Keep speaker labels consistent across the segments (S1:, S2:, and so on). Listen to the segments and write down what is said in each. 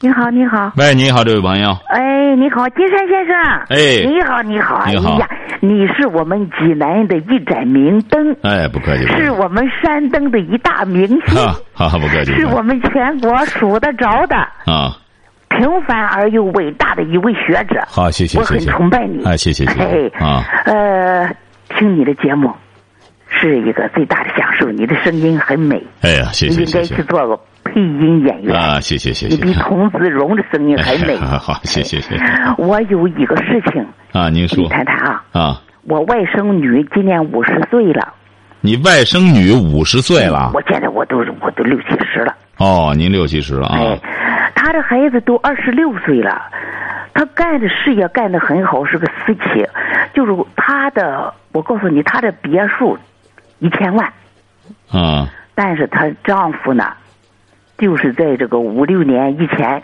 S1: 你好，你好。
S2: 喂，你好，这位朋友。
S1: 哎，你好，金山先生。
S2: 哎
S1: 啊你好，你好。
S2: 你好
S1: 哎呀，你是我们济南的一盏明灯，
S2: 哎，不客气，不客气
S1: 是我们山东的一大明星，
S2: 哈，哈哈，不客气，
S1: 是
S2: 不客气
S1: 我们全国数得着的
S2: 啊，
S1: 平凡而又伟大的一位学者。
S2: 好，谢谢，
S1: 我
S2: 谢
S1: 很
S2: 谢，
S1: 崇拜你。
S2: 哎，谢谢，谢谢
S1: 哎，
S2: 啊，
S1: 呃，听你的节目是一个最大的享受，你的声音很美，
S2: 哎呀，谢
S1: 你
S2: 谢，
S1: 应该
S2: 谢
S1: 去
S2: 谢，
S1: 做个配音演员。
S2: 啊，谢谢，谢
S1: 你
S2: 谢，
S1: 比童子荣的声音还美。
S2: 哎 好好谢谢谢谢
S1: 我有一个事情
S2: 啊，您
S1: 跟你
S2: 说
S1: 谈谈啊，
S2: 啊，
S1: 我外甥女今年五十岁了，
S2: 你外甥女五十岁了，
S1: 我现在我都我都六七十了，
S2: 哦，您六七十了啊，
S1: 哎，她的孩子都二十六岁了，她干的事业干得很好，是个私企，就是她的，我告诉你，她的别墅一千万，哎
S2: 啊，
S1: 但是她丈夫呢，就是在这个五六年以前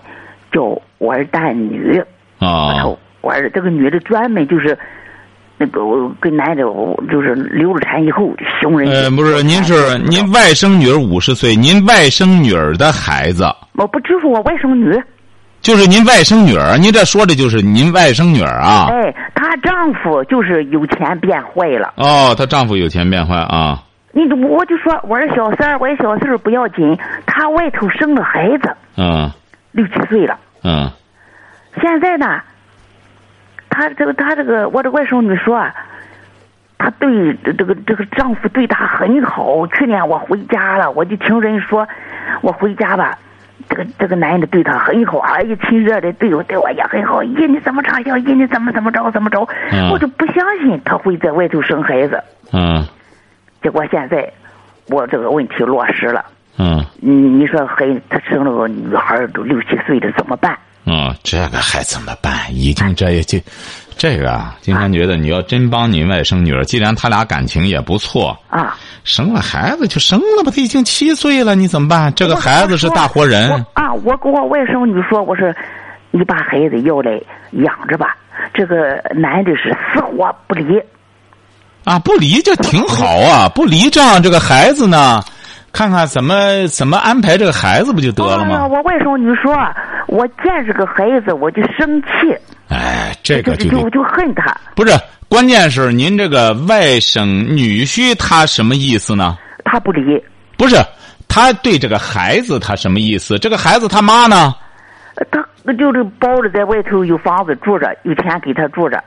S1: 叫玩蛋女，
S2: 啊，
S1: 我儿子这个女的专门就是那个我跟男的，我就是流了产以后凶人。
S2: 呃，不是，您
S1: 哎
S2: 是您外甥女儿五十岁，您外甥女儿的孩子，
S1: 我不支付我外甥女，
S2: 就是您外甥女儿，您这说的就是您外甥女儿啊，
S1: 哎，她丈夫就是有钱变坏了。
S2: 哦，她丈夫有钱变坏啊，
S1: 你我就说我是小三儿，我是小四儿不要紧，她外头生了孩子，
S2: 嗯
S1: 六七岁了。
S2: 嗯
S1: 现在呢，她这个她这个我这外甥女说啊，她对这个这个丈夫对她很好。去年我回家了，我就听人说，我回家吧，这个这个男的对她很好，哎呀亲热的对我对我也很好。咦，你怎么长相？咦，你怎么怎么着怎么着
S2: 嗯？
S1: 我就不相信他会在外头生孩子。
S2: 嗯
S1: 结果现在，我这个问题落实了。
S2: 嗯
S1: 你你说孩他生了个女孩儿都六七岁的怎么办？
S2: 嗯，这个还怎么办？已经这这，这个啊，金山觉得你要真帮您外甥女儿，既然他俩感情也不错，
S1: 啊，
S2: 生了孩子就生了吧，他已经七岁了，你怎么办？这个孩子是大活人
S1: 我啊！我跟我外甥女说，我说你把孩子要来养着吧。这个男的是死活不离，
S2: 啊，不离这挺好啊，不离这样这个孩子呢，看看怎么怎么安排这个孩子不就得了
S1: 哎呀
S2: 吗？
S1: 我外甥女说，我见这个孩子我就生气，
S2: 哎，这
S1: 就
S2: 个
S1: 就
S2: 就
S1: 就
S2: 得
S1: 就恨他。
S2: 不是，关键是您这个外甥女婿他什么意思呢？
S1: 他不离，
S2: 不是他对这个孩子他什么意思？这个孩子他妈呢？
S1: 呃他就是包着在外头有房子住着，有钱给他住着，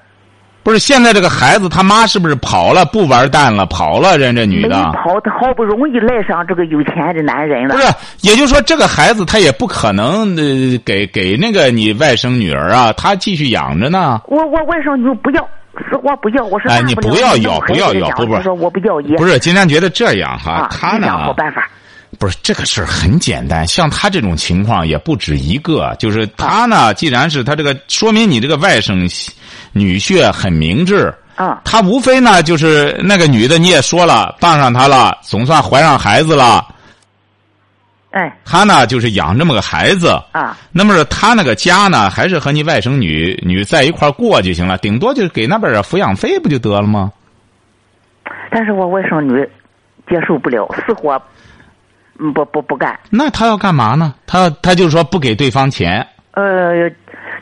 S2: 不是现在这个孩子他妈是不是跑了不玩蛋了跑了人这女
S1: 没
S2: 的？
S1: 跑，他好不容易赖上这个有钱的男人了
S2: 不。是，也就是说，这个孩子他也不可能呃给给那个你外甥女儿啊，他继续养着呢。
S1: 我我外甥女不要，死活不要。我说
S2: 哎
S1: 大
S2: 你
S1: 了
S2: 不要
S1: 你
S2: 要
S1: 弄
S2: 不
S1: 孩
S2: 要
S1: 子
S2: 要
S1: 养
S2: 不不
S1: 我说我不要爷，
S2: 不是，金山觉得这样哈，
S1: 啊，
S2: 他
S1: 你
S2: 呢
S1: 想好办法。
S2: 不是这个事儿很简单，像他这种情况也不止一个，就是他呢，既然是他这个，说明你这个外甥女婿很明智。
S1: 啊
S2: 他无非呢，就是那个女的你也说了，傍上他了，总算怀上孩子了。
S1: 哎
S2: 他呢，就是养这么个孩子。
S1: 啊，
S2: 那么他那个家呢，还是和你外甥女女在一块儿过就行了，顶多就是给那边儿抚养费不就得了吗？
S1: 但是我外甥女接受不了，死活嗯不不不干。
S2: 那他要干嘛呢？他他就说不给对方钱，
S1: 呃，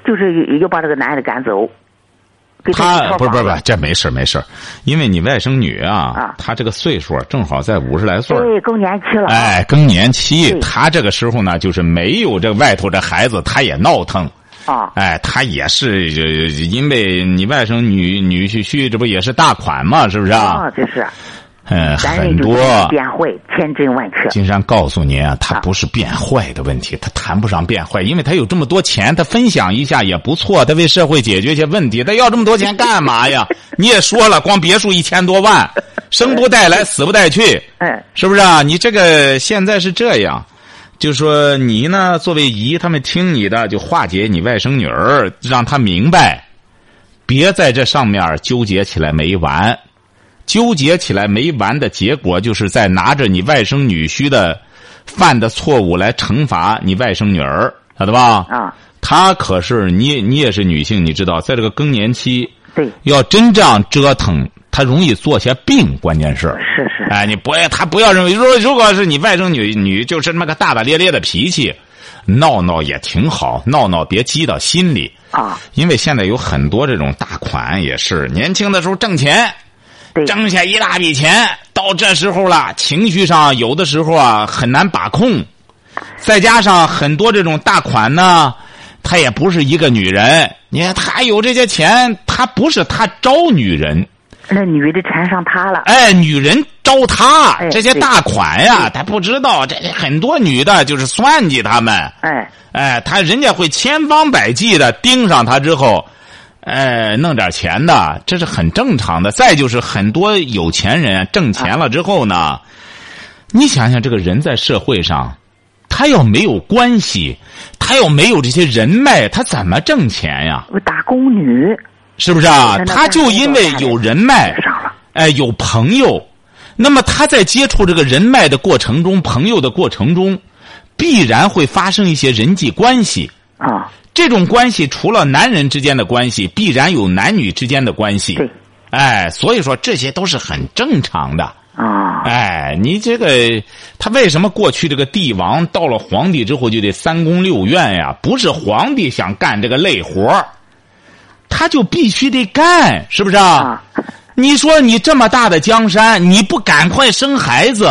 S1: 就是要把这个男的赶走，给一
S2: 他
S1: 套
S2: 不是不是不
S1: 房
S2: 是
S1: 子，
S2: 这没事儿没事儿，因为你外甥女啊
S1: 啊，
S2: 她这个岁数儿正好在五十来岁儿，
S1: 对，更年期了。，
S2: 哎，更年期，
S1: 对
S2: 她这个时候呢，就是没有这外头这孩子，她也闹腾。
S1: 啊，
S2: 哎，他也是呃因为你外甥女女婿婿，这不也是大款嘛，是不是啊？
S1: 啊，就是
S2: 嗯，
S1: 男人
S2: 很
S1: 就
S2: 多
S1: 是变坏，千真万确。
S2: 金山告诉您啊，他
S1: 啊
S2: 不是变坏的问题，他谈不上变坏，因为他有这么多钱，他分享一下也不错，他为社会解决一些问题，他要这么多钱干嘛呀？你也说了，光别墅一千多万，生不带来，死不带去，
S1: 嗯，
S2: 是不是啊？你这个现在是这样，就说你呢，作为姨，他们听你的，就化解你外甥女儿，让她明白，别在这上面纠结起来没完。纠结起来没完的结果，就是在拿着你外甥女婿的犯的错误来惩罚你外甥女儿，晓得吧？
S1: 啊，
S2: 她可是你，你也是女性，你知道，在这个更年期，
S1: 对，
S2: 要真这样折腾，她容易做些病，关键是。
S1: 是是，
S2: 哎，你不要他不要认为，如果如果是你外甥女女，就是那么个大大咧咧的脾气，闹闹也挺好，闹闹别记到心里。
S1: 啊，
S2: 因为现在有很多这种大款也是年轻的时候挣钱，
S1: 对，
S2: 挣下一大笔钱，到这时候了，情绪上有的时候啊很难把控，再加上很多这种大款呢，她也不是一个女人，你看她有这些钱，她不是她招女人。
S1: 那女的缠上他了，
S2: 哎，女人招他
S1: 哎嗯
S2: 这些大款呀，他不知道，这很多女的就是算计他们，
S1: 哎，
S2: 哎，他人家会千方百计的盯上他之后，哎，弄点钱的，这是很正常的。再就是很多有钱人啊挣钱了之后呢，你想想这个人在社会上，他要没有关系，他要没有这些人脉，他怎么挣钱呀？
S1: 哎打工女
S2: 是不是啊
S1: 那？那
S2: 他
S1: 那
S2: 就
S1: 那
S2: 因
S1: 那
S2: 为
S1: 那
S2: 有人脉。
S1: 上了，
S2: 哎，有朋友，那么他在接触这个人脉的过程中，朋友的过程中，必然会发生一些人际关系。
S1: 啊，
S2: 这种关系除了男人之间的关系，必然有男女之间的关系
S1: 对。
S2: 哎，所以说这些都是很正常的。
S1: 啊，
S2: 哎，你这个他为什么过去这个帝王到了皇帝之后就得三宫六院呀？不是皇帝想干这个累活儿他就必须得干，是不是
S1: 啊，
S2: 你说你这么大的江山，你不赶快生孩子，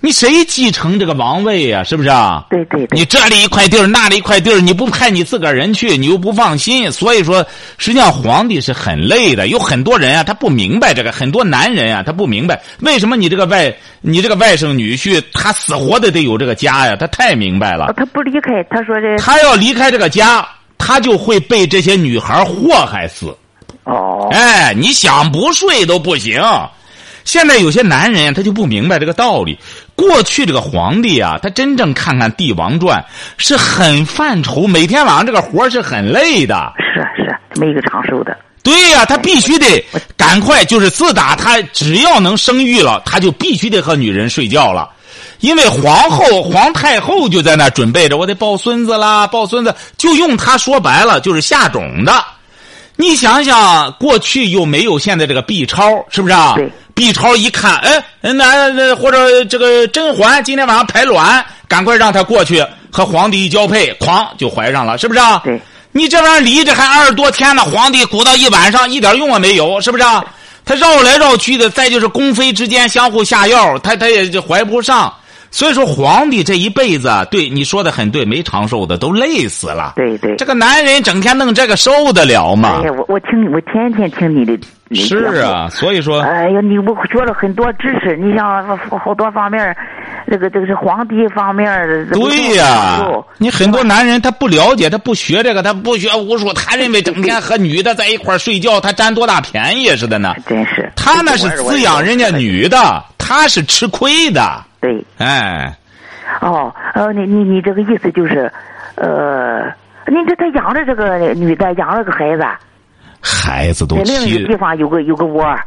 S2: 你谁继承这个王位呀、是不是啊？
S1: 对对
S2: 你
S1: 对，
S2: 这里一块地儿，那里一块地儿，你不派你自个儿人去，你又不放心，所以说，实际上皇帝是很累的。有很多人啊，他不明白这个，很多男人啊，他不明白为什么你这个外，你这个外甥女婿，他死活的得有这个家呀，他太明白
S1: 哦
S2: 了。
S1: 他不离开，他说这，
S2: 他要离开这个家，他就会被这些女孩祸害死。
S1: 哦，
S2: 哎，你想不睡都不行。现在有些男人他就不明白这个道理。过去这个皇帝啊，他真正看看《帝王传》是很犯愁，每天晚上这个活儿是很累的。
S1: 是是，没一个长寿的，
S2: 对呀、他必须得赶快，就是自打他只要能生育了，他就必须得和女人睡觉了，因为皇后、皇太后就在那儿准备着，我得抱孙子啦，抱孙子，就用他说白了就是下种的。你想想，过去又没有现在这个 B 超，是不是啊
S1: 对
S2: ？B 超一看，哎，那那或者这个甄嬛今天晚上排卵，赶快让她过去和皇帝一交配，哐就怀上了，是不是啊？
S1: 对
S2: 你这玩意儿离着还二十多天呢，皇帝鼓捣一晚上一点用也没有，是不是啊？他绕来绕去的，再就是宫妃之间相互下药，他他也就怀不上。所以说，皇帝这一辈子啊，对你说的很对，没长寿的都累死了。
S1: 对对
S2: 这个男人整天弄这个，受得了吗
S1: 哎呀，？我我听你，我天天听你的，你的
S2: 是
S1: 节目
S2: 啊，所以说，
S1: 哎呀，你我学了很多知识，你像好多方面儿，这个这个是皇帝方面儿。这个
S2: 对呀、
S1: 这个
S2: 你很多男人他不了解，他不学这个，他不学武术，他认为整天和女的在一块儿睡觉，他占多大便宜似啊的 呢？
S1: 真是
S2: 他那是滋养人家。女的，他是吃亏的。
S1: 对，
S2: 哎，
S1: 哦，呃，你你你这个意思就是，呃，你这他养着这个女的，养了个孩子，
S2: 孩子都
S1: 在另一
S2: 欺
S1: 个地方有个有个窝儿，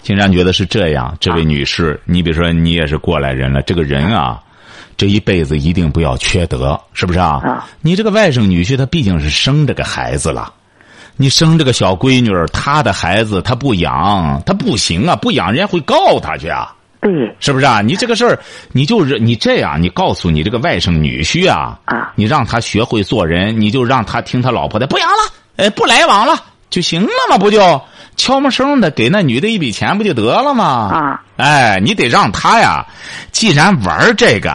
S2: 竟然觉得是这样。这位女士，你比如说你也是过来人了，这个人啊，这一辈子一定不要缺德，是不是啊？
S1: 啊
S2: 你这个外甥女婿，他毕竟是生这个孩子了。你生这个小闺女儿，她的孩子她不养，她不行啊！不养人家会告她去啊，
S1: 对，
S2: 是不是啊？你这个事儿，你就是你这样，你告诉你这个外甥女婿啊，
S1: 啊
S2: 你让他学会做人，你就让他听他老婆的，不养了，哎，不来往了就行了嘛，不就悄没声的给那女的一笔钱不就得了吗？
S1: 啊，
S2: 哎，你得让他呀，既然玩这个，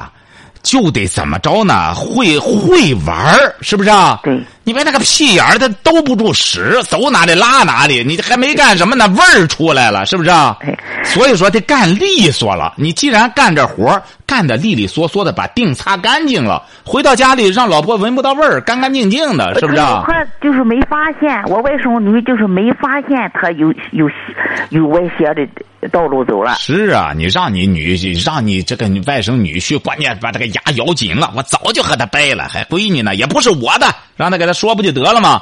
S2: 就得怎么着呢？会会玩儿是不是啊？
S1: 对，
S2: 你别那个屁眼儿，它兜不住屎，走哪里拉哪里，你还没干什么呢，味儿出来了，是不是啊？
S1: 哎
S2: 所以说得干利索了。你既然干这活儿干得利利索索的，把腚擦干净了，回到家里让老婆闻不到味儿，干干净净
S1: 呃
S2: 的，是不是啊？
S1: 他就是没发现，我外甥女就是没发现她有有有歪斜的道路走了。
S2: 是啊，你让你女婿，让你这个你外甥女婿，关键把这个牙咬紧了。我早就和他掰了，还闺女呢，也不是我的，让他给他说不就得了吗？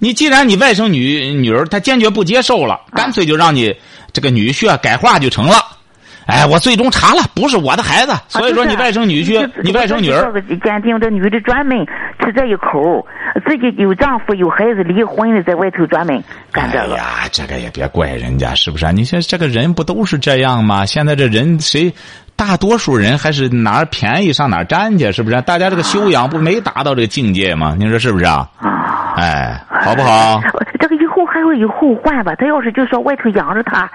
S2: 你既然你外甥女女儿她坚决不接受了，干脆就让你这个女婿啊改话就成了。哎，我最终查了，不是我的孩子，所
S1: 啊
S2: 以说你外甥女婿，你外甥女儿
S1: 做个鉴定，这女的专门吃这一口，自己有丈夫有孩子离婚的，在外头专门干这个。
S2: 哎呀，这个也别怪人家，是不是、啊？你说这个人不都是这样吗？现在这人谁，大多数人还是哪儿便宜上哪儿占去，是不是、啊？大家这个修养不没达到这个境界吗？你说是不是啊？哎，好不好？
S1: 这个以后还会有后患吧？他要是就说外头养着他，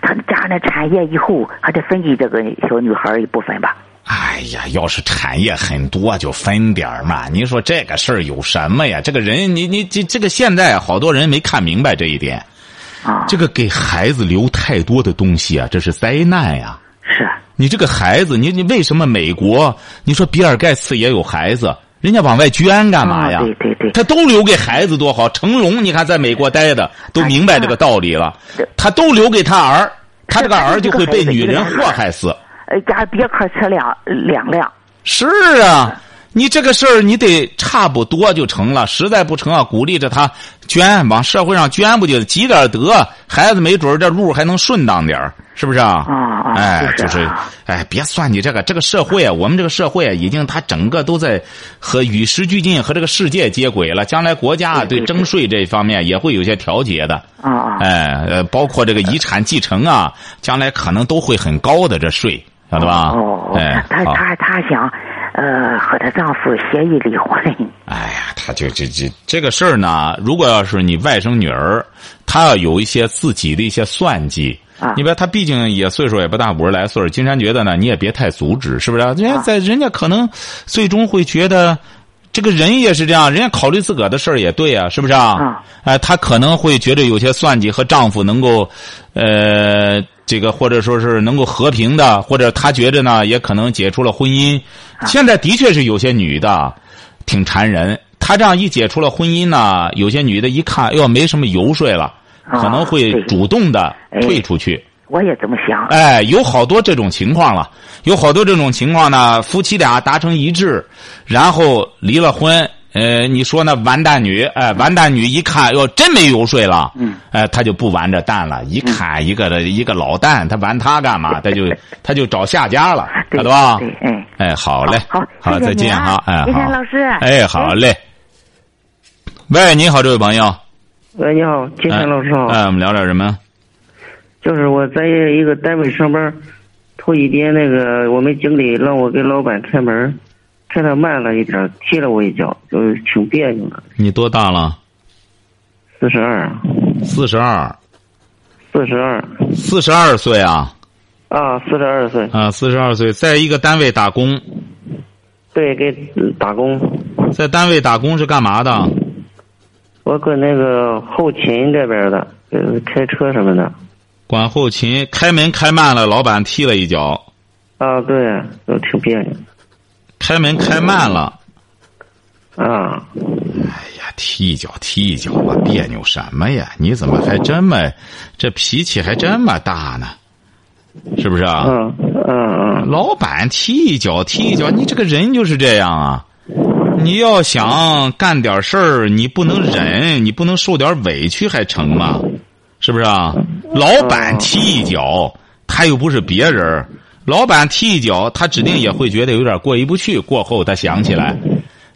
S1: 他家那产业以后还得分给这个小女孩一部分吧？
S2: 哎呀，要是产业很多就分点儿嘛。你说这个事儿有什么呀？这个人，你你这这个现在好多人没看明白这一点，
S1: 啊，
S2: 这个给孩子留太多的东西啊，这是灾难呀、
S1: 是
S2: 你这个孩子，你你为什么美国？你说比尔盖茨也有孩子，人家往外捐干嘛呀？
S1: 啊对对对
S2: 他都留给孩子多好。成龙，你看在美国待的都明白这个道理了
S1: 是，
S2: 他都留给他儿，他这个
S1: 啊是他
S2: 儿就会被女人
S1: 一个孩子
S2: 祸害死。
S1: 呃，家别克车两两辆，
S2: 是啊，你这个事儿你得差不多就成了，实在不成啊，鼓励着他捐，往社会上捐不就积点德，孩子没准儿这路还能顺当点儿是不是啊？
S1: 啊啊
S2: 哎，
S1: 是
S2: 就是是
S1: 啊，
S2: 哎，别算计这个，这个社会啊，我们这个社会啊，已经它整个都在和与时俱进，和这个世界接轨了。将来国家啊对
S1: 对对
S2: 征税这方面也会有些调节的。
S1: 啊啊。
S2: 哎，呃，包括这个遗产继承啊，将来可能都会很高的这税，晓得吧？
S1: 哦，
S2: 哎，
S1: 她
S2: 好
S1: 她她想，呃，和她丈夫协议离婚。
S2: 哎呀，他就这这这个事儿呢，如果要是你外甥女儿，她要有一些自己的一些算计。
S1: 啊
S2: 你别，她毕竟也岁数也不大，五十来岁儿。金山觉得呢，你也别太阻止，是不是啊？人家在人家可能最终会觉得，这个人也是这样，人家考虑自个儿的事儿也对啊，是不是啊
S1: 啊？
S2: 哎，她可能会觉得有些算计和丈夫能够，呃，这个或者说是能够和平的，或者她觉得呢，也可能解除了婚姻。
S1: 啊
S2: 现在的确是有些女的。挺缠人。她这样一解除了婚姻呢，有些女的一看，哟，没什么油水了，
S1: 啊
S2: 可能会
S1: 对
S2: 主动的
S1: 哎
S2: 退出去。
S1: 我也这么想。
S2: 哎，有好多这种情况了，有好多这种情况呢，夫妻俩达成一致，然后离了婚。呃，你说那完蛋女，哎、完蛋女一看，哟，真没油水了，
S1: 嗯，
S2: 哎、她就不玩这蛋了，一看一个的、一个老蛋，她玩她干嘛？ 她就她就找下家了，
S1: 对
S2: 晓得吧？
S1: 对，哎，
S2: 哎，好嘞，
S1: 好
S2: 好，
S1: 谢谢
S2: 再
S1: 你
S2: 见
S1: 啊
S2: 哈，哎，
S1: 金山
S2: 好
S1: 老师
S2: 哎，
S3: 嗯
S2: 好嘞。喂，你好，这位朋友，
S3: 喂，你好，金山老师好，
S2: 哎，我们聊点什么？
S3: 就是我在一个单位上班，头几天那个我们经理让我给老板开门，开的慢了一点，踢了我一脚，就是挺别扭的。
S2: 你多大了？
S3: 四十二，啊
S2: 四十二，
S3: 四十二，
S2: 四十二岁啊，
S3: 啊，四十二岁，
S2: 啊，四十二岁，在一个单位打工，
S3: 对，给呃打工，
S2: 在单位打工是干嘛的？
S3: 我搁那个后勤这边的，呃，开车什么的。
S2: 管后勤，开门开慢了，老板踢了一脚，
S3: 啊，对，就挺别扭。
S2: 开门开慢了，
S3: 啊，
S2: 哎呀，踢一脚踢一脚吧，别扭什么呀？你怎么还这么，这脾气还这么大呢？是不是啊？
S3: 嗯嗯嗯，
S2: 老板踢一脚踢一脚，你这个人就是这样啊！你要想干点事儿，你不能忍，你不能受点委屈还成吗？是不是啊？老板踢一脚，他又不是别人儿老板踢一脚，他指定也会觉得有点过意不去。过后他想起来，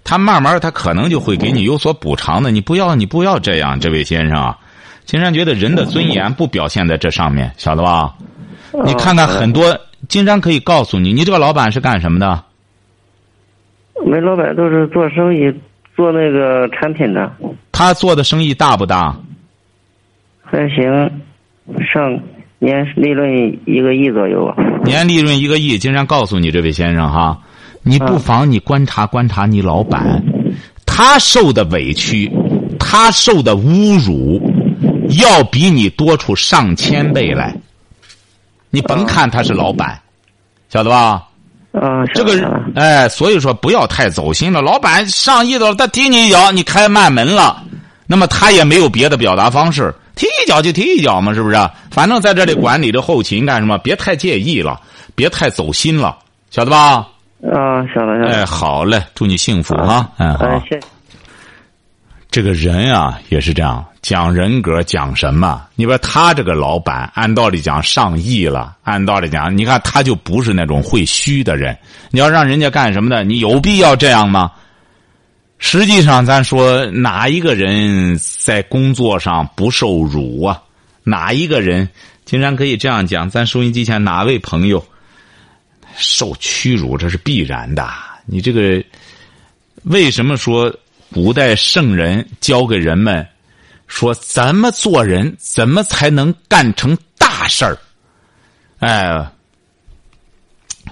S2: 他慢慢他可能就会给你有所补偿的。你不要，你不要这样，这位先生啊。金山觉得人的尊严不表现在这上面，晓得吧？你
S3: 哦
S2: 看
S3: 啊
S2: 看，很多金山可以告诉你，你这个老板是干什么的？
S3: 我们老板都是做生意，做那个产品的。
S2: 他做的生意大不大？
S3: 还行，上年利润一个亿左右吧。
S2: 年利润一个亿，金山告诉你，这位先生哈，你不妨你观察观察你老板，他受的委屈，他受的侮辱，要比你多出上千倍来。你甭看他是老板，晓得吧？
S3: 啊，
S2: 这个
S3: 晓得了
S2: 哎，所以说不要太走心了。老板上意了，他踢你一脚，你开慢门了，那么他也没有别的表达方式，踢一脚就踢一脚嘛，是不是？反正在这里管理着后勤干什么？别太介意了，别太走心了，晓得吧？
S3: 啊，晓得晓
S2: 哎，
S3: 得。哎
S2: 好嘞，祝你幸福啊！嗯，好
S3: 哎，。谢谢。
S2: 这个人啊也是这样，讲人格讲什么？你把他这个老板，按道理讲上亿了，按道理讲，你看他就不是那种会虚的人。你要让人家干什么的，你有必要这样吗？实际上，咱说哪一个人在工作上不受辱啊？哪一个人竟然可以这样讲？咱收音机前哪位朋友受屈辱，这是必然的。你这个为什么说？古代圣人教给人们说怎么做人，怎么才能干成大事儿？哎，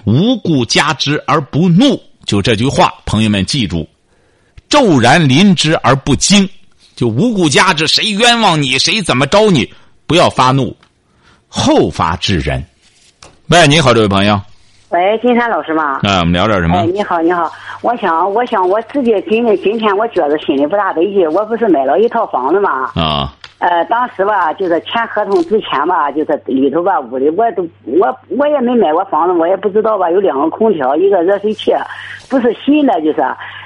S2: 无故加之而不怒，就这句话，朋友们记住：骤然临之而不惊，就无故加之，谁冤枉你，谁怎么着你，不要发怒，后发制人。喂，你好，这位朋友。
S4: 喂，金山老师吗？
S2: 哎，我们聊点什么？
S4: 哎，你好，你好，我想，我想，我自己今天今天我觉得心里不大得劲，我不是买了一套房子嘛？
S2: 啊
S4: 呃，当时吧，就是签合同之前吧，就是里头吧，屋里我都我我也没买过房子，我也不知道吧，有两个空调，一个热水器，不是新的，就是，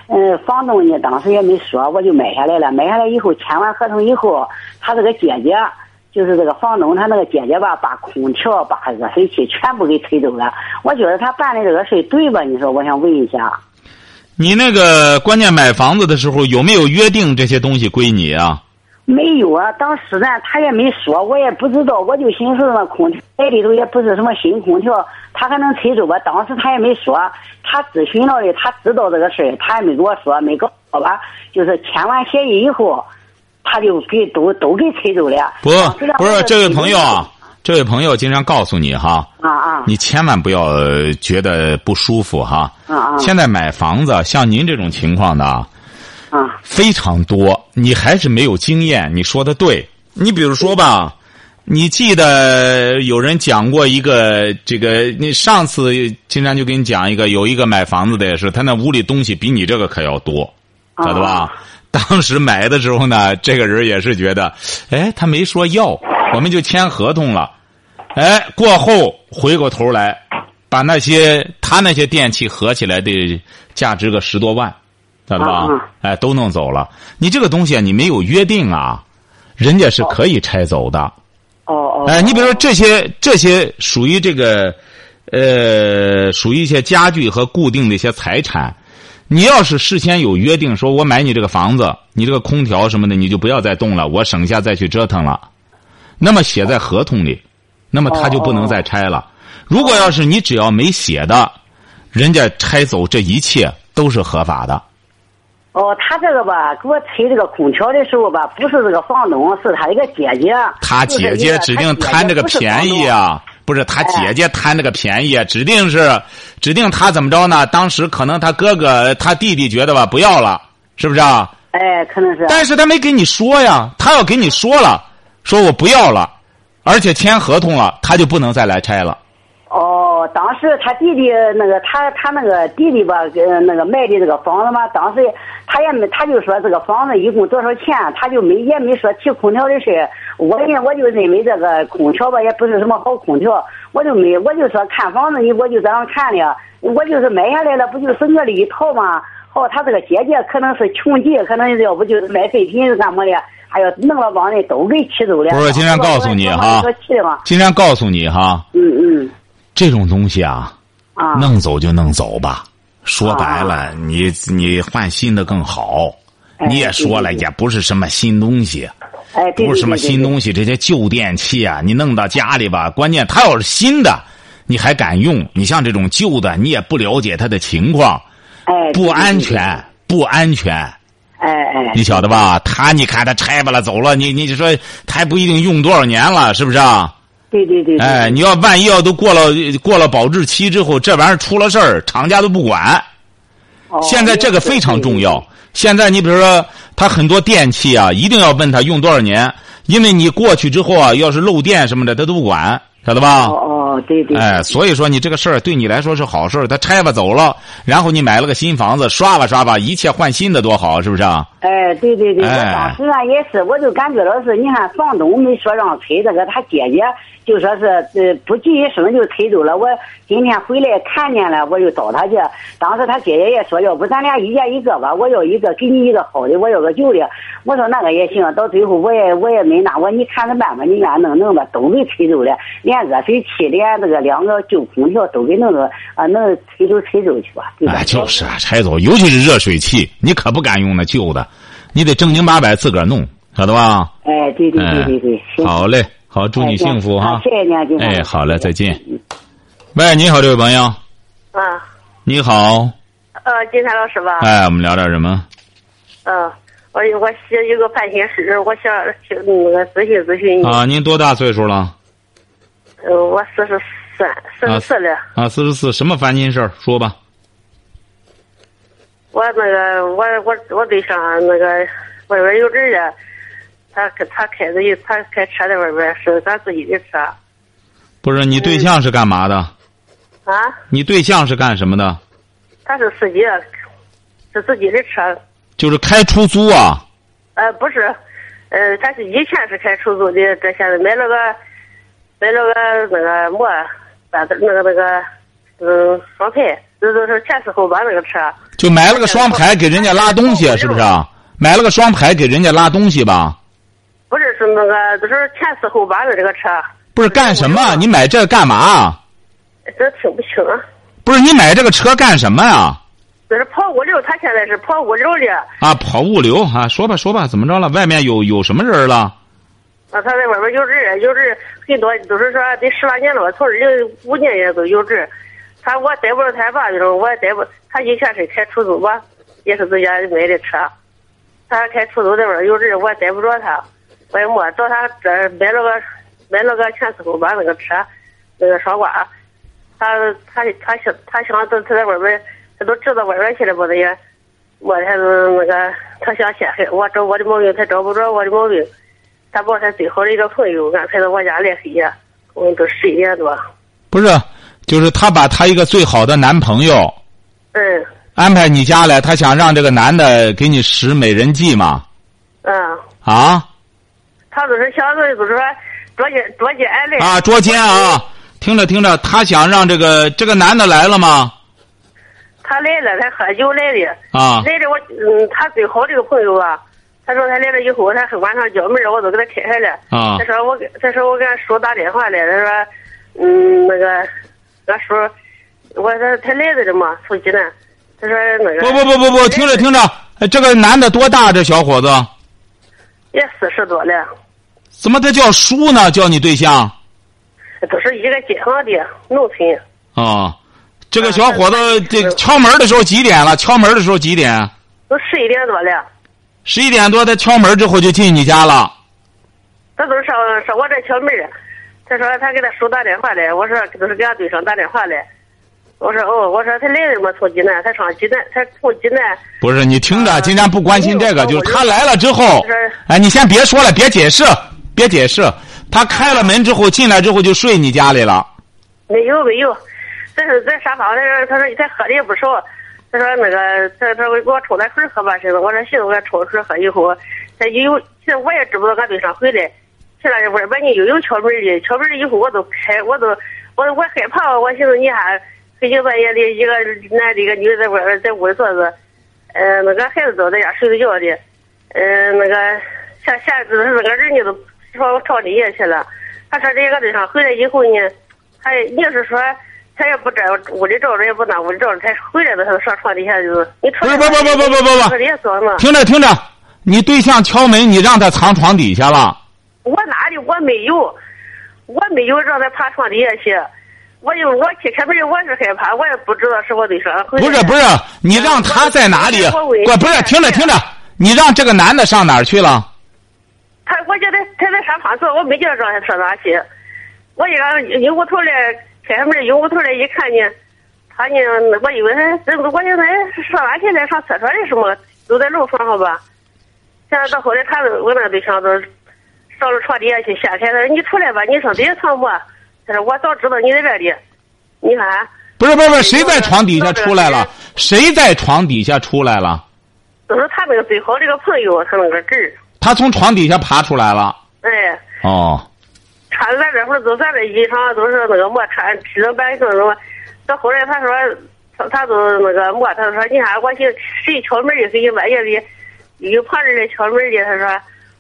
S4: 嗯，房东呢当时也没说，我就买下来了。买下来以后，签完合同以后，他这个姐姐。就是这个房东他那个姐姐吧，把空调、把热水器全部给推走了。我觉得他办的这个事儿对吧？你说，我想问一下。啊
S2: 你那个关键买房子的时候有没有约定这些东西归你啊？
S4: 没有啊，当时呢他也没说，我也不知道，我就寻思那空调家里头也不是什么新空调，他还能推走吧？当时他也没说，他咨询了的，他知道这个事儿，他也没跟我说，没告诉我吧。就是签完协议以后，他就给都都给推走了。
S2: 不，不是这位朋友啊，这位朋友经常告诉你哈，
S4: 啊啊
S2: 你千万不要呃觉得不舒服哈。
S4: 啊啊
S2: 现在买房子，像您这种情况的啊
S4: 啊
S2: 非常多，你还是没有经验。你说的对，你比如说
S4: 嗯
S2: 吧，你记得有人讲过一个这个，你上次金山就给你讲一个，有一个买房子的也是，他那屋里东西比你这个可要多。
S4: 啊！
S2: 晓得 吧？当时买的时候呢，这个人也是觉得，哎，他没说要，我们就签合同了。哎，过后回过头来，把那些他那些电器合起来的价值个十多万，晓得吧
S4: 啊啊？
S2: 哎，都弄走了。你这个东西啊，你没有约定啊，人家是可以拆走的。
S4: 哦哦。
S2: 哎，你比如说这些这些属于这个，呃，属于一些家具和固定的一些财产。你要是事先有约定，说我买你这个房子，你这个空调什么的，你就不要再动了，我省下再去折腾了。那么写在合同里，那么他就不能再拆了。如果要是你只要没写的，人家拆走这一切都是合法的。
S4: 哦，他这个吧，给我推这个空调的时候吧，不是这个房东，是他一个姐姐。
S2: 他姐姐指定贪这个便宜啊，哎不是他姐姐贪这个便宜啊，指定是指定他怎么着呢？当时可能他哥哥、他弟弟觉得吧，不要了，是不是啊？
S4: 就是别人！他姐姐不是房东哎，可能是。
S2: 但是他没给你说呀，他要给你说了，说我不要了，而且签合同了，他就不能再来拆了。
S4: 哦，当时他弟弟那个他他那个弟弟吧，呃，那个卖的这个房子嘛，当时他也没他就说这个房子一共多少钱，他就没也没说提空调的事儿。我也我就认为这个空调吧，也不是什么好空调，我就没我就说看房子，你我就这样看的，我就是买下来了，不就是我的一套嘛。哦，他这个姐姐可能是穷极，可能要不就是买废品是干么的，还要弄了往人都给气走了。
S2: 不是金山告诉你哈
S4: 我气的嘛，
S2: 金山告诉你哈，
S4: 嗯嗯
S2: 这种东西啊，啊
S4: 啊。
S2: 弄走就弄走吧。说白了，你你换新的更好。
S4: 哎
S2: 你也说了，
S4: 对对对
S2: 也不是什么新东西。
S4: 哎，对
S2: 不是什么新
S4: 西。
S2: 东西，这些旧电器啊，你弄到家里吧，关键它要是新的，你还敢用？你像这种旧的，你也不了解它的情况，
S4: 哎，
S2: 不安全，不安全，
S4: 哎哎，
S2: 你晓得吧？他你看他拆吧了走了，你你就说他还不一定用多少年了，是不是啊？
S4: 对对对，对
S2: 哎，，你要万一要都过了过了保质期之后，这玩意儿出了事儿，厂家都不管。
S4: 哦
S2: 现在这个非常重。要。现在你比如说，他很多电器啊，一定要问他用多少年，因为你过去之后啊，要是漏电什么的，他都不管，晓得吧
S4: 哦？哦，对对，
S2: 啊哎，所以说你这个事儿对你来说是好事儿，他拆吧走了，然后你买了个新房子，刷吧刷吧，一切换新的多好，是不是啊？
S4: 哎哎，对对对，
S2: 哎
S4: 我当时啊也是，我就感觉到是，你看房东没说让推这个，他姐姐就说是呃不吱一声就推走了。我今天回来看见了，我就找他去。当时他姐姐也说，要不咱俩一人一个吧，我要一个给你一个好的，我要个旧的。我说那个也行，到最后我也我也没拿，我说你看着办吧，你愿意弄弄吧，都给推走了，连热水器连这个两个旧空调都给弄了啊，弄推都推走去吧，对吧？
S2: 哎，就是啊，拆走，尤其是热水器，你可不敢用那旧的，你得正经八百自个儿弄，晓得吧？
S4: 哎，对对对对对，行。
S2: 好嘞，好，祝你
S4: 哎行
S2: 幸福哈
S4: 好。谢谢你啊金花
S2: 哎，好嘞，再见。喂，你好，这位朋友，
S5: 啊，
S2: 你好。
S5: 呃，金山老师吧，
S2: 哎，我们聊点什么？
S5: 嗯、我我写一个判刑书，我想请那个咨询咨询你。
S2: 啊，您多大岁数了？
S5: 呃，我四十三，四十四了。
S2: 啊，四十四，什么烦心事儿？说吧。
S5: 我那个，我我我对象那个外边有人了，他他开着一他开车在外边是咱自己的车
S2: 不是，你对象是干嘛的？
S5: 啊，
S2: 你对象是干什么的？
S5: 他是司机，啊是自己的车，
S2: 就是开出租啊。
S5: 呃，不是，呃，他是以前是开出租的，这现在买了个买了个那个摩，把那个那个嗯双排，这都是前四后八那个车。
S2: 就买了个双排给人家拉东西，是不是啊？买了个双排给人家拉东西吧？
S5: 不是是那个，就是前四后八的这个车，
S2: 不是干什么？啊你买这个干嘛？啊
S5: 这听不清啊。
S2: 不是你买这个车干什么呀？
S5: 这是跑五六，他现在是跑五六的，
S2: 啊，跑物流啊，说吧说吧，怎么着了？外面有有什么人了？
S5: 啊，他在外边有人，有人很多，都是说得十来年了吧，从二零五年也都有人。他我逮不着他吧，就是我也逮不，他以前是开出租吧，也是自家买的车，他开出租在外边有人，我也逮不着他，我也没找他这买了个买了个前四后八那个车，那个双挂，他他他想他想都他在外边，他都知道外边去了不得也，我他那个他想陷害我找我的毛病，他找不着我的毛病。他把他最好的一个朋友安排到我家来黑呀，我们都十一点多。
S2: 不是，就是她把她一个最好的男朋友
S5: 嗯
S2: 安排你家来，她想让这个男的给你使美人计嘛？
S5: 嗯，
S2: 啊
S5: 他就是想着就是说捉奸捉奸来
S2: 啊，捉奸啊！听着听着，她想让这个这个男的来了吗？
S5: 他来了，他喝酒来的。
S2: 啊
S5: 来了我嗯，他最好的一个朋友啊，他说他来了以后，他晚上叫门儿我都给他开开了。
S2: 啊
S5: 他说我给他说我给俺叔打电话来，他说嗯那个俺叔，我说他来的了嘛，从济南。他说那个
S2: 不不不不不，听着听着，哎这个男的多大？这小伙子
S5: 也四十多了。
S2: 怎么他叫叔呢？叫你对象
S5: 都是一个街上的农村，
S2: 啊？这个小伙子，这敲门的时候几点了？敲门的时候几点？
S5: 都十一点多了，
S2: 十一点多，他敲门之后就进你家了。
S5: 他都是上上我这敲门儿。啊他说他给他叔打电话来，我说都是给俺对象打电话来。我说哦，我说他来了吗？从济南，他上济南，他从济南，
S2: 不是你听着，
S5: 啊
S2: 今天不关心这个，
S5: 没
S2: 就
S5: 有
S2: 是他来了之后
S5: 就是，
S2: 哎，你先别说了，别解释，别解释。他开了门之后，进来之后就睡你家里了。
S5: 没有没有，这是在沙发。他说他说他喝的也不少，他说那个他他说给我冲点水喝吧，是吧？我说行，我给他冲水喝以后，他又有，其实我也知不道俺对象回来，去了外边你又有敲门的，敲门的以后我都开，我都我我害怕，我寻思你还黑夜半夜的一个男的一个女的在外边在屋里坐着，呃，那个孩子都在家睡着觉的，呃，那个下下子那个人家都朝朝你爷去了，他说这个对象回来以后呢。他硬是说，他也不在屋里照着，也不拿屋里照着，他回来的他就上床底下就是你出来
S2: 不是不不不不不不
S5: 不，也说嘛，
S2: 听着听着，你对象敲门，你让他藏床底下了。
S5: 我哪里我没有，我没有让他爬床底下去，我有我去开门，我是害怕，我也不知道是我对象回来
S2: 不
S5: 了
S2: 是不是，你让他在哪里？
S5: 我委屈
S2: 不不是，听着听着，你让这个男的上哪儿去了？
S5: 他我叫他他在沙发坐，我没叫他让他上哪去。我一个扭过头来开门，扭过头来一看呢，他呢，我以为他，我寻思哎上哪去了？上厕所里什么？都在楼房上吧。现在到后来，他都我那个对象都上了床底下去掀开，他说你出来吧，你上底下藏吧。他说我早知道你在这里，你看
S2: 不是不是不是，谁在床底下出来了？谁在床底下出来了？
S5: 都是他那个最好的一个朋友，他那个侄儿，
S2: 他从床底下爬出来了。
S5: 哎，
S2: 哦，
S5: 穿咱这会儿都咱这衣裳都是那个没穿，披着白袖什么。到后来他说，他他都那个没，他说你看我寻谁敲门的，谁半夜的，有旁人来敲门的，他说，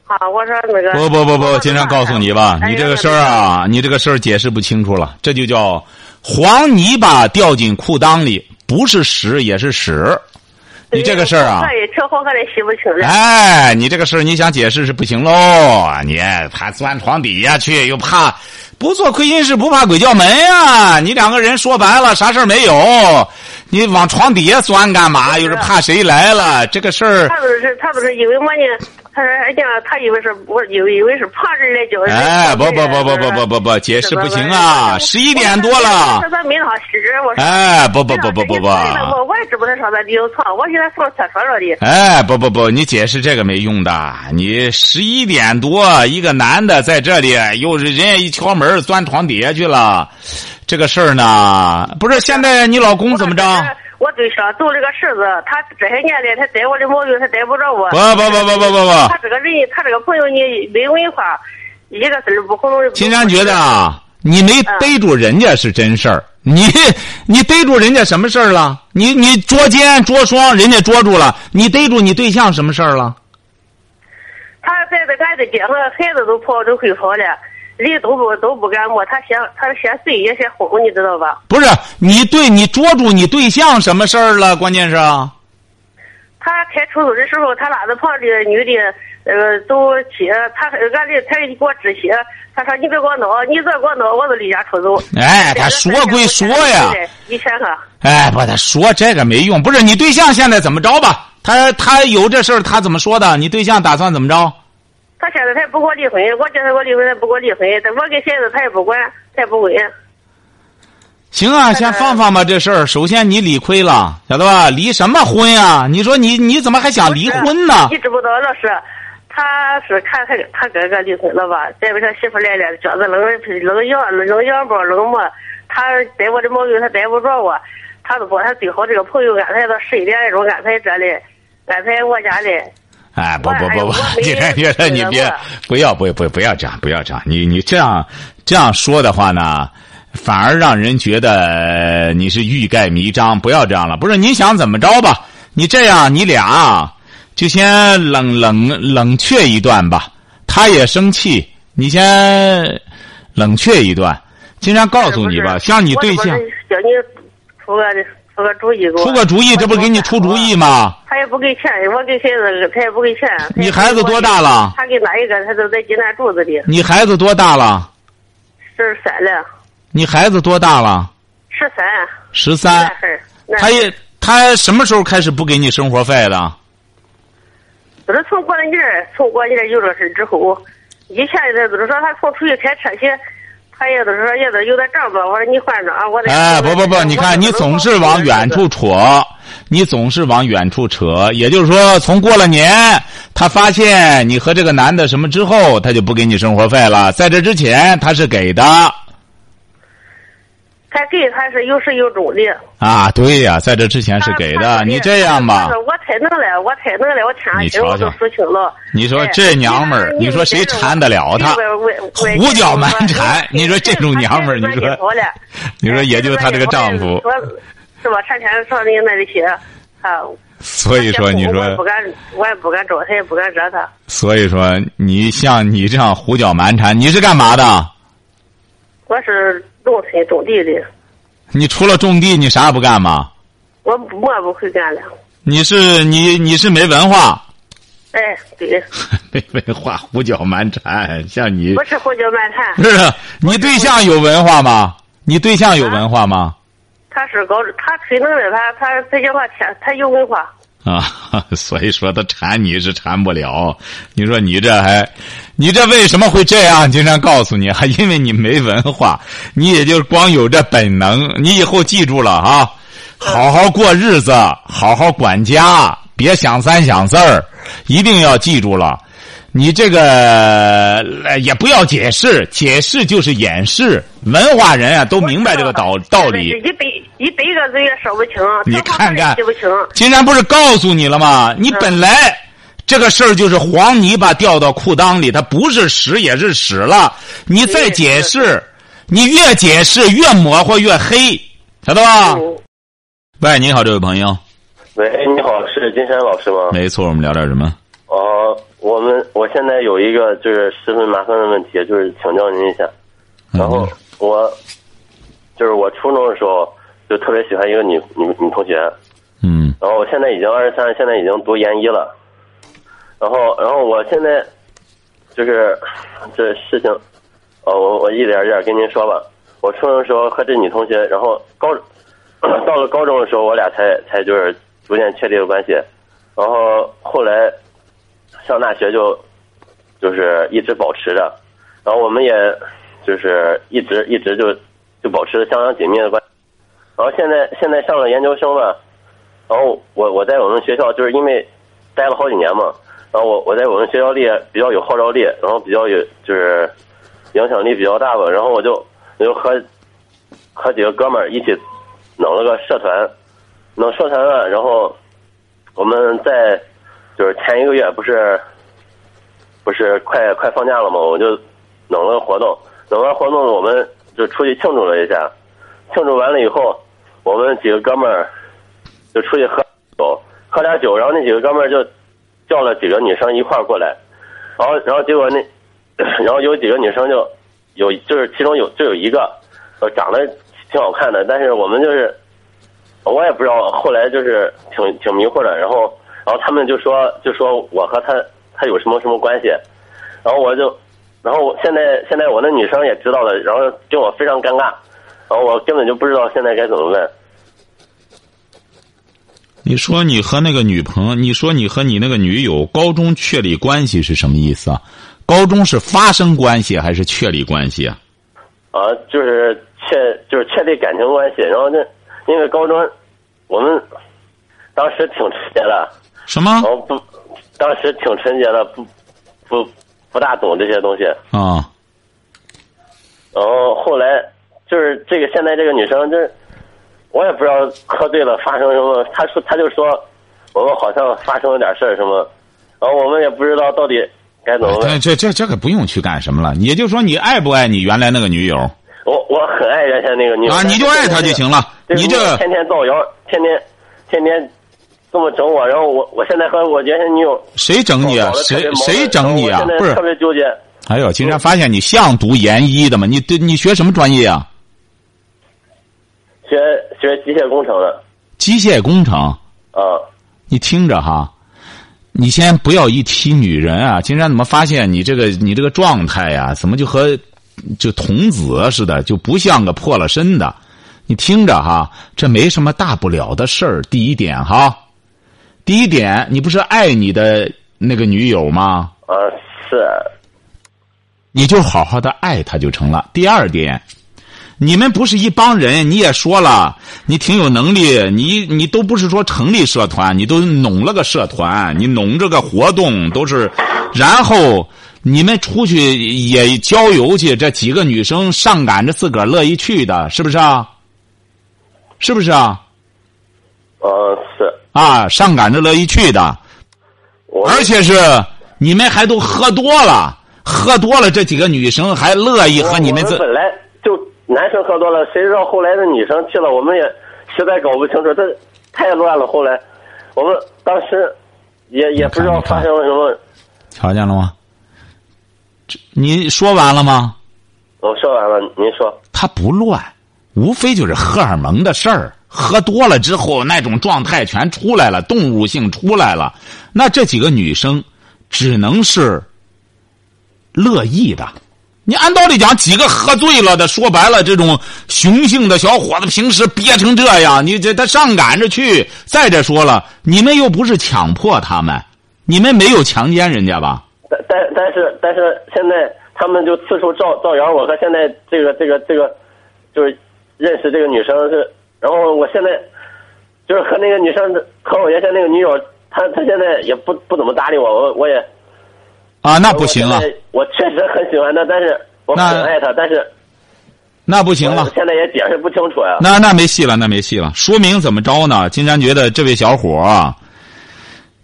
S5: 啊，我说那个
S2: 不不不不，金山告诉你吧，
S5: 哎
S2: 你
S5: 呀
S2: 这个事儿啊，你这个事儿解释不清楚了，这就叫黄泥巴掉进裤裆里，不是屎也是屎。你这个事儿啊，
S5: 我也挺好看的，洗不清了。
S2: 哎，你这个事儿你想解释是不行喽，你还钻床底下去，又怕不做亏心事不怕鬼叫门呀、你两个人说白了啥事儿没有，你往床底下钻干嘛？又是怕谁来了？这个事儿，
S5: 他都是他都是因为么呢？他说哎呀，他以为是我以为以为是旁人来叫人。
S2: 哎，不不不不不不不不，解释不行
S5: 哎
S2: 啊！十一点多了
S5: 他，说没啥事，我说。
S2: 哎，不不不不不不，啊
S5: 我我也知不道上咱旅游床，我现在上厕所了的。
S2: 哎，不不不，你解释这个没用的。你十一点多，一个男的在这里，又是人家一敲门钻床底下去了，这个事儿呢，不是现在你老公怎么着？？
S5: 我对象做这个事子，他这些年来他逮我的毛病，他逮不着我。
S2: 不不不不不不
S5: 他
S2: 不，
S5: 这个人，他这个朋友呢没文化，一个字儿不糊弄。
S2: 金山觉得啊，你没
S5: 嗯
S2: 逮住人家是真事儿，你你逮住人家什么事儿了？你你捉奸捉双，人家捉住了，你逮住你对象什么事儿了？
S5: 他在这俺这街上，孩子都跑都会跑了，人都不都不敢摸，他嫌他嫌碎也嫌红，你知道吧？
S2: 不是你对你捉住你对象什么事儿了？关键是啊。
S5: 他开出租的时候，他拉着旁的女的，呃，都起，他俺这他给我止血，他说你别给我闹，你再给我闹，我就离家出走。
S2: 哎，他说归说呀，，
S5: 一千个，
S2: 哎，不，他说这个没用。不是你对象现在怎么着吧？他他有这事儿，他怎么说的？你对象打算怎么着？
S5: 他现在他也不给我离婚，我叫他给我离婚，他不给我离婚，但我给孩子他也不管，他也不管。
S2: 啊行啊，先放放吧这事儿。首先你理亏了，晓得吧？离什么婚啊？你说你你怎么还想离婚呢
S5: 你？知不知道老师？他是看他他哥哥离婚了吧？再不他媳妇来了，觉得冷冷羊冷羊包冷馍，他逮我的毛病他逮不着我，他都把他最好这个朋友安排到十一点来钟安排这里，安排我家里。
S2: 哎，不不
S5: 我哎
S2: 不
S5: 我
S2: 不，
S5: 没
S2: 今天觉得你别
S5: 我
S2: 不要不要不要不要这样，不要这样。你你这样这样说的话呢，反而让人觉得你是欲盖弥彰。不要这样了，不是你想怎么着吧？你这样你俩啊就先冷冷冷却一段吧。他也生气，你先冷却一段。金山告诉你吧，
S5: 不是
S2: 像你对
S5: 我
S2: 象
S5: 这不是叫你出个出个主意给我。
S2: 出个主意，这不是给你出主意吗？
S5: 他也不给钱，我给孩子他也不给钱。
S2: 你孩子多大了
S5: 他给哪一个？他都在济南住着的，
S2: 你孩子多大了？
S5: 十三了，
S2: 你孩子多大了？
S5: 十三。
S2: 十
S5: 那
S2: 三。
S5: 会儿，那
S2: 他也他什么时候开始不给你生活费的？
S5: 都是从过了年儿，从过年儿有这事儿之后，以前他都是说他从出去开车去，他也都是说也都有点账吧。我说你换账，我得。
S2: 哎，不不不，你看你总是往远处扯，你总是往远处扯，也就是说，从过了年，他发现你和这个男的什么之后，他就不给你生活费了。在这之前，他是给的
S5: 他给他是有始有终的。
S2: 啊，对呀、在这之前是
S5: 他
S2: 给
S5: 他
S2: 的。
S5: 说
S2: 你这样吧
S5: 他，说我太能了，我太能了，我天
S2: 你
S5: 天
S2: 瞧
S5: 我
S2: 瞧
S5: 都数清了。
S2: 你说
S5: 哎
S2: 这娘们儿，你说谁缠得了她？胡搅蛮 缠，你说这种娘们儿，你说。你说也就她这个丈夫，
S5: 是吧？天天上人家那里去，啊，
S2: 所以说你
S5: 我
S2: 说
S5: 也不敢，我也不敢找他，也不敢惹他。
S2: 所以说，你像你这样胡搅蛮缠，你是干嘛的？
S5: 我是农村种地的，
S2: 你除了种地，你啥也不干吗？
S5: 我不我不会干了。
S2: 你是你你是没文化，
S5: 哎，对，
S2: 没文化，胡搅蛮缠。像你
S5: 不是胡搅蛮缠
S2: 不，是你对象有文化吗？你对象有文化吗？
S5: 他是搞他吹能的，他他他讲话天，他有文化。
S2: 啊， 所以说他缠你是缠不了。你说你这还，你这为什么会这样？经常告诉你，还 因为你没文化，你也就光有这本能。你以后记住了啊，好好过日子，好好管家，别想三想四儿，一定要记住了。你这个呃也不要解释，解释就是掩饰。文化人啊，都明白这个道道理。
S5: 一辈一百个人也说不清，
S2: 你看看
S5: 记不嗯清。，
S2: 金山不是告诉你了吗？你本来这个事儿就是黄泥巴掉到裤裆里，它不是屎也是屎了。你再解
S5: 嗯
S2: 释，你越解释越模糊越黑，晓得吧？
S5: 嗯，哦
S2: 喂，你好，这位朋友，
S6: 喂，你好，是金山老师吗？
S2: 没错，我们聊点什么？
S6: 哦、我们我现在有一个就是十分麻烦的问题，就是请教您一下。然后
S5: 哦
S2: 嗯
S6: 我就是我初中的时候就特别喜欢一个女女女同学，
S2: 嗯
S6: 然后我现在已经二十三，现在已经读研一了。然后，然后我现在就是这事情，呃，我我一点一点跟您说吧。我初中的时候和这女同学，然后高 到了高中的时候，我俩才才就是逐渐确立了关系。然后后来上大学就就是一直保持着，然后我们也就是一直一直就就保持着相当紧密的关系。然后现在现在上了研究生了。然后我我在我们学校就是因为待了好几年嘛，然后我我在我们学校里比较有号召力，然后比较有就是影响力比较大吧，然后我就我就和和几个哥们儿一起弄了个社团，弄社团了，然后我们在就是前一个月不是不是快快放假了嘛，我就弄了个活动，弄完活动我们就出去庆祝了一下，庆祝完了以后，我们几个哥们儿就出去喝酒，喝点酒，然后那几个哥们儿就叫了几个女生一块儿过来，然后然后结果那，然后有几个女生就有就是其中有就有一个，呃，长得挺好看的，但是我们就是我也不知道，后来就是挺挺迷惑的，然后然后他们就说就说我和他他有什么什么关系，然后我就。然后我现在现在我那女生也知道了，然后跟我非常尴尬，然后我根本就不知道现在该怎么问。
S2: 你说你和那个女朋友，你说你和你那个女友高中确立关系是什么意思啊？高中是发生关系还是确立关系啊？
S6: 啊，就是确就是确立感情关系，然后那因为高中我们当时挺纯洁的，
S2: 什么
S6: 然后不当时挺纯洁的，不不不大懂这些东西，
S5: 哦
S2: 啊？
S6: 然后后来就是这个现在这个女生，就是我也不知道喝醉了发生什么，她说她就说我们好像发生了点事儿什么，然后我们也不知道到底该怎么
S2: 这
S6: 问。
S2: 哎这这这个不用去干什么了，也就是说你爱不爱你原来那个女友
S6: 我我很爱原先那个女生
S2: 啊？你就爱她就行了。
S6: 对
S2: 你这
S6: 天天造谣，天天天天这么整我，然后我我现在和我原先女友
S2: 谁整你啊
S6: 搞？得特别
S2: 谁
S6: 矛盾
S2: 谁整你啊
S6: 然后我？
S2: 不
S6: 现在
S2: 是
S6: 特，别纠结。
S2: 哎呦，竟然发现你像读研一的嘛？你对你学什么专业啊？
S6: 学学机械工程的
S2: 机械工程。
S6: 啊，
S2: 你听着哈，你先不要一提女人啊，金山怎么发现你这个你这个状态呀、怎么就和就童子似的，就不像个破了身的？你听着哈，这没什么大不了的事儿。第一点哈，第一点，你不是爱你的那个女友吗？
S6: 啊是啊
S2: 你就好好的爱他就成了。第二点，你们不是一帮人，你也说了，你挺有能力，你你都不是说成立社团，你都弄了个社团，你弄这个活动都是，然后你们出去也郊游去，这几个女生上赶着自个儿乐意去的，是不是啊？是不是啊？
S6: 啊是，
S2: 啊，上赶着乐意去的，
S6: 我
S2: 而且是你们还都喝多了，喝多了，这几个女生还乐意
S6: 我
S2: 和你们
S6: 我
S2: 自
S6: 本来就男生喝多了，谁知道后来那女生去了，我们也实在搞不清楚，这太乱了。后来我们当时也也不知道
S2: 你看
S6: 发生了什么。
S2: 瞧见了吗？这你说完了吗？
S6: 我说完了，您说
S2: 他不乱，无非就是荷尔蒙的事儿。喝多了之后，那种状态全出来了，动物性出来了。那这几个女生只能是乐意的。你按道理讲，几个喝醉了的，说白了，这种雄性的小伙子，平时憋成这样，你这他上赶着去。再者说了，你们又不是强迫他们，你们没有强奸人家吧？
S6: 但但但是但是现在他们就四处造造谣，我和现在这个这个这个就是认识这个女生是，然后我现在就是和那个女生和我原先那个女友，她她现在也不不怎么搭理我，我我也
S2: 啊，那不行啊！
S6: 我现在！我确实很喜欢她，但是我
S2: 那
S6: 很爱她，但是
S2: 那不行了
S6: 我。啊现在也解释不清楚呀、
S2: 那那没戏了，那没戏了。说明怎么着呢？金山觉得这位小伙儿，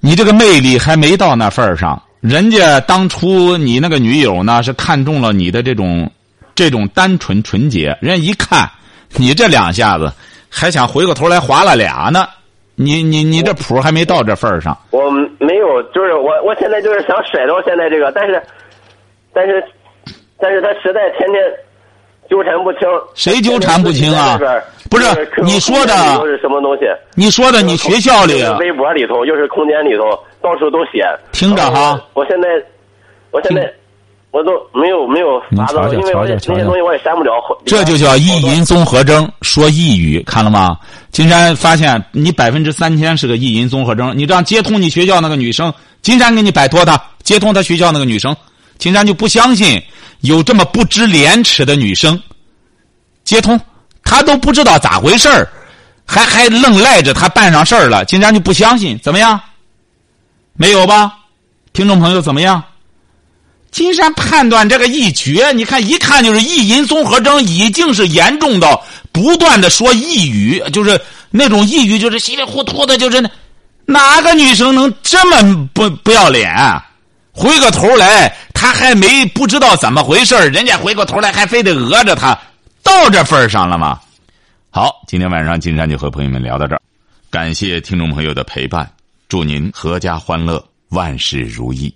S2: 你这个魅力还没到那份儿上。人家当初你那个女友呢，是看中了你的这种这种单纯纯洁。人家一看你这两下子，还想回过头来划了俩呢。你你你这谱儿还没到这份儿上。
S6: 我没有，就是我我现在就是想甩掉现在这个，但是，但是，但是他实在天天纠缠不清。
S2: 谁纠缠不清啊
S6: 天天
S2: 不
S6: 自
S2: 是
S6: 己在那边就是
S2: 你说的
S6: 又是什么东西？
S2: 你说的，你学校里啊
S6: 又是微博里头，又是空间里头，到处都写。呃
S2: 听着哈
S6: 我现在，我现在
S2: 听，
S6: 我都没有没有法子
S2: 瞧瞧
S6: 了，因为我
S2: 瞧
S6: 这
S2: 瞧瞧
S6: 那些
S2: 瞧
S6: 东西我也删不了。
S2: 这就叫意淫综合征，说意语，看了吗？金山发现你百分之三千是个意淫综合征，你这样接通你学校那个女生，金山给你摆脱她，接通她学校那个女生，金山就不相信有这么不知廉耻的女生，接通她都不知道咋回事儿，还还愣赖着她办上事儿了，金山就不相信，怎么样？没有吧？听众朋友怎么样？金山判断这个一绝，你看一看就是意淫综合征，已经是严重到不断的说抑语，就是那种抑语，就是稀里糊涂的，就是那哪个女生能这么不不要脸？啊回过头来，他还没不知道怎么回事儿人家回过头来还非得讹着他，到这份儿上了吗？好，今天晚上金山就和朋友们聊到这儿，感谢听众朋友的陪伴，祝您阖家欢乐，万事如意。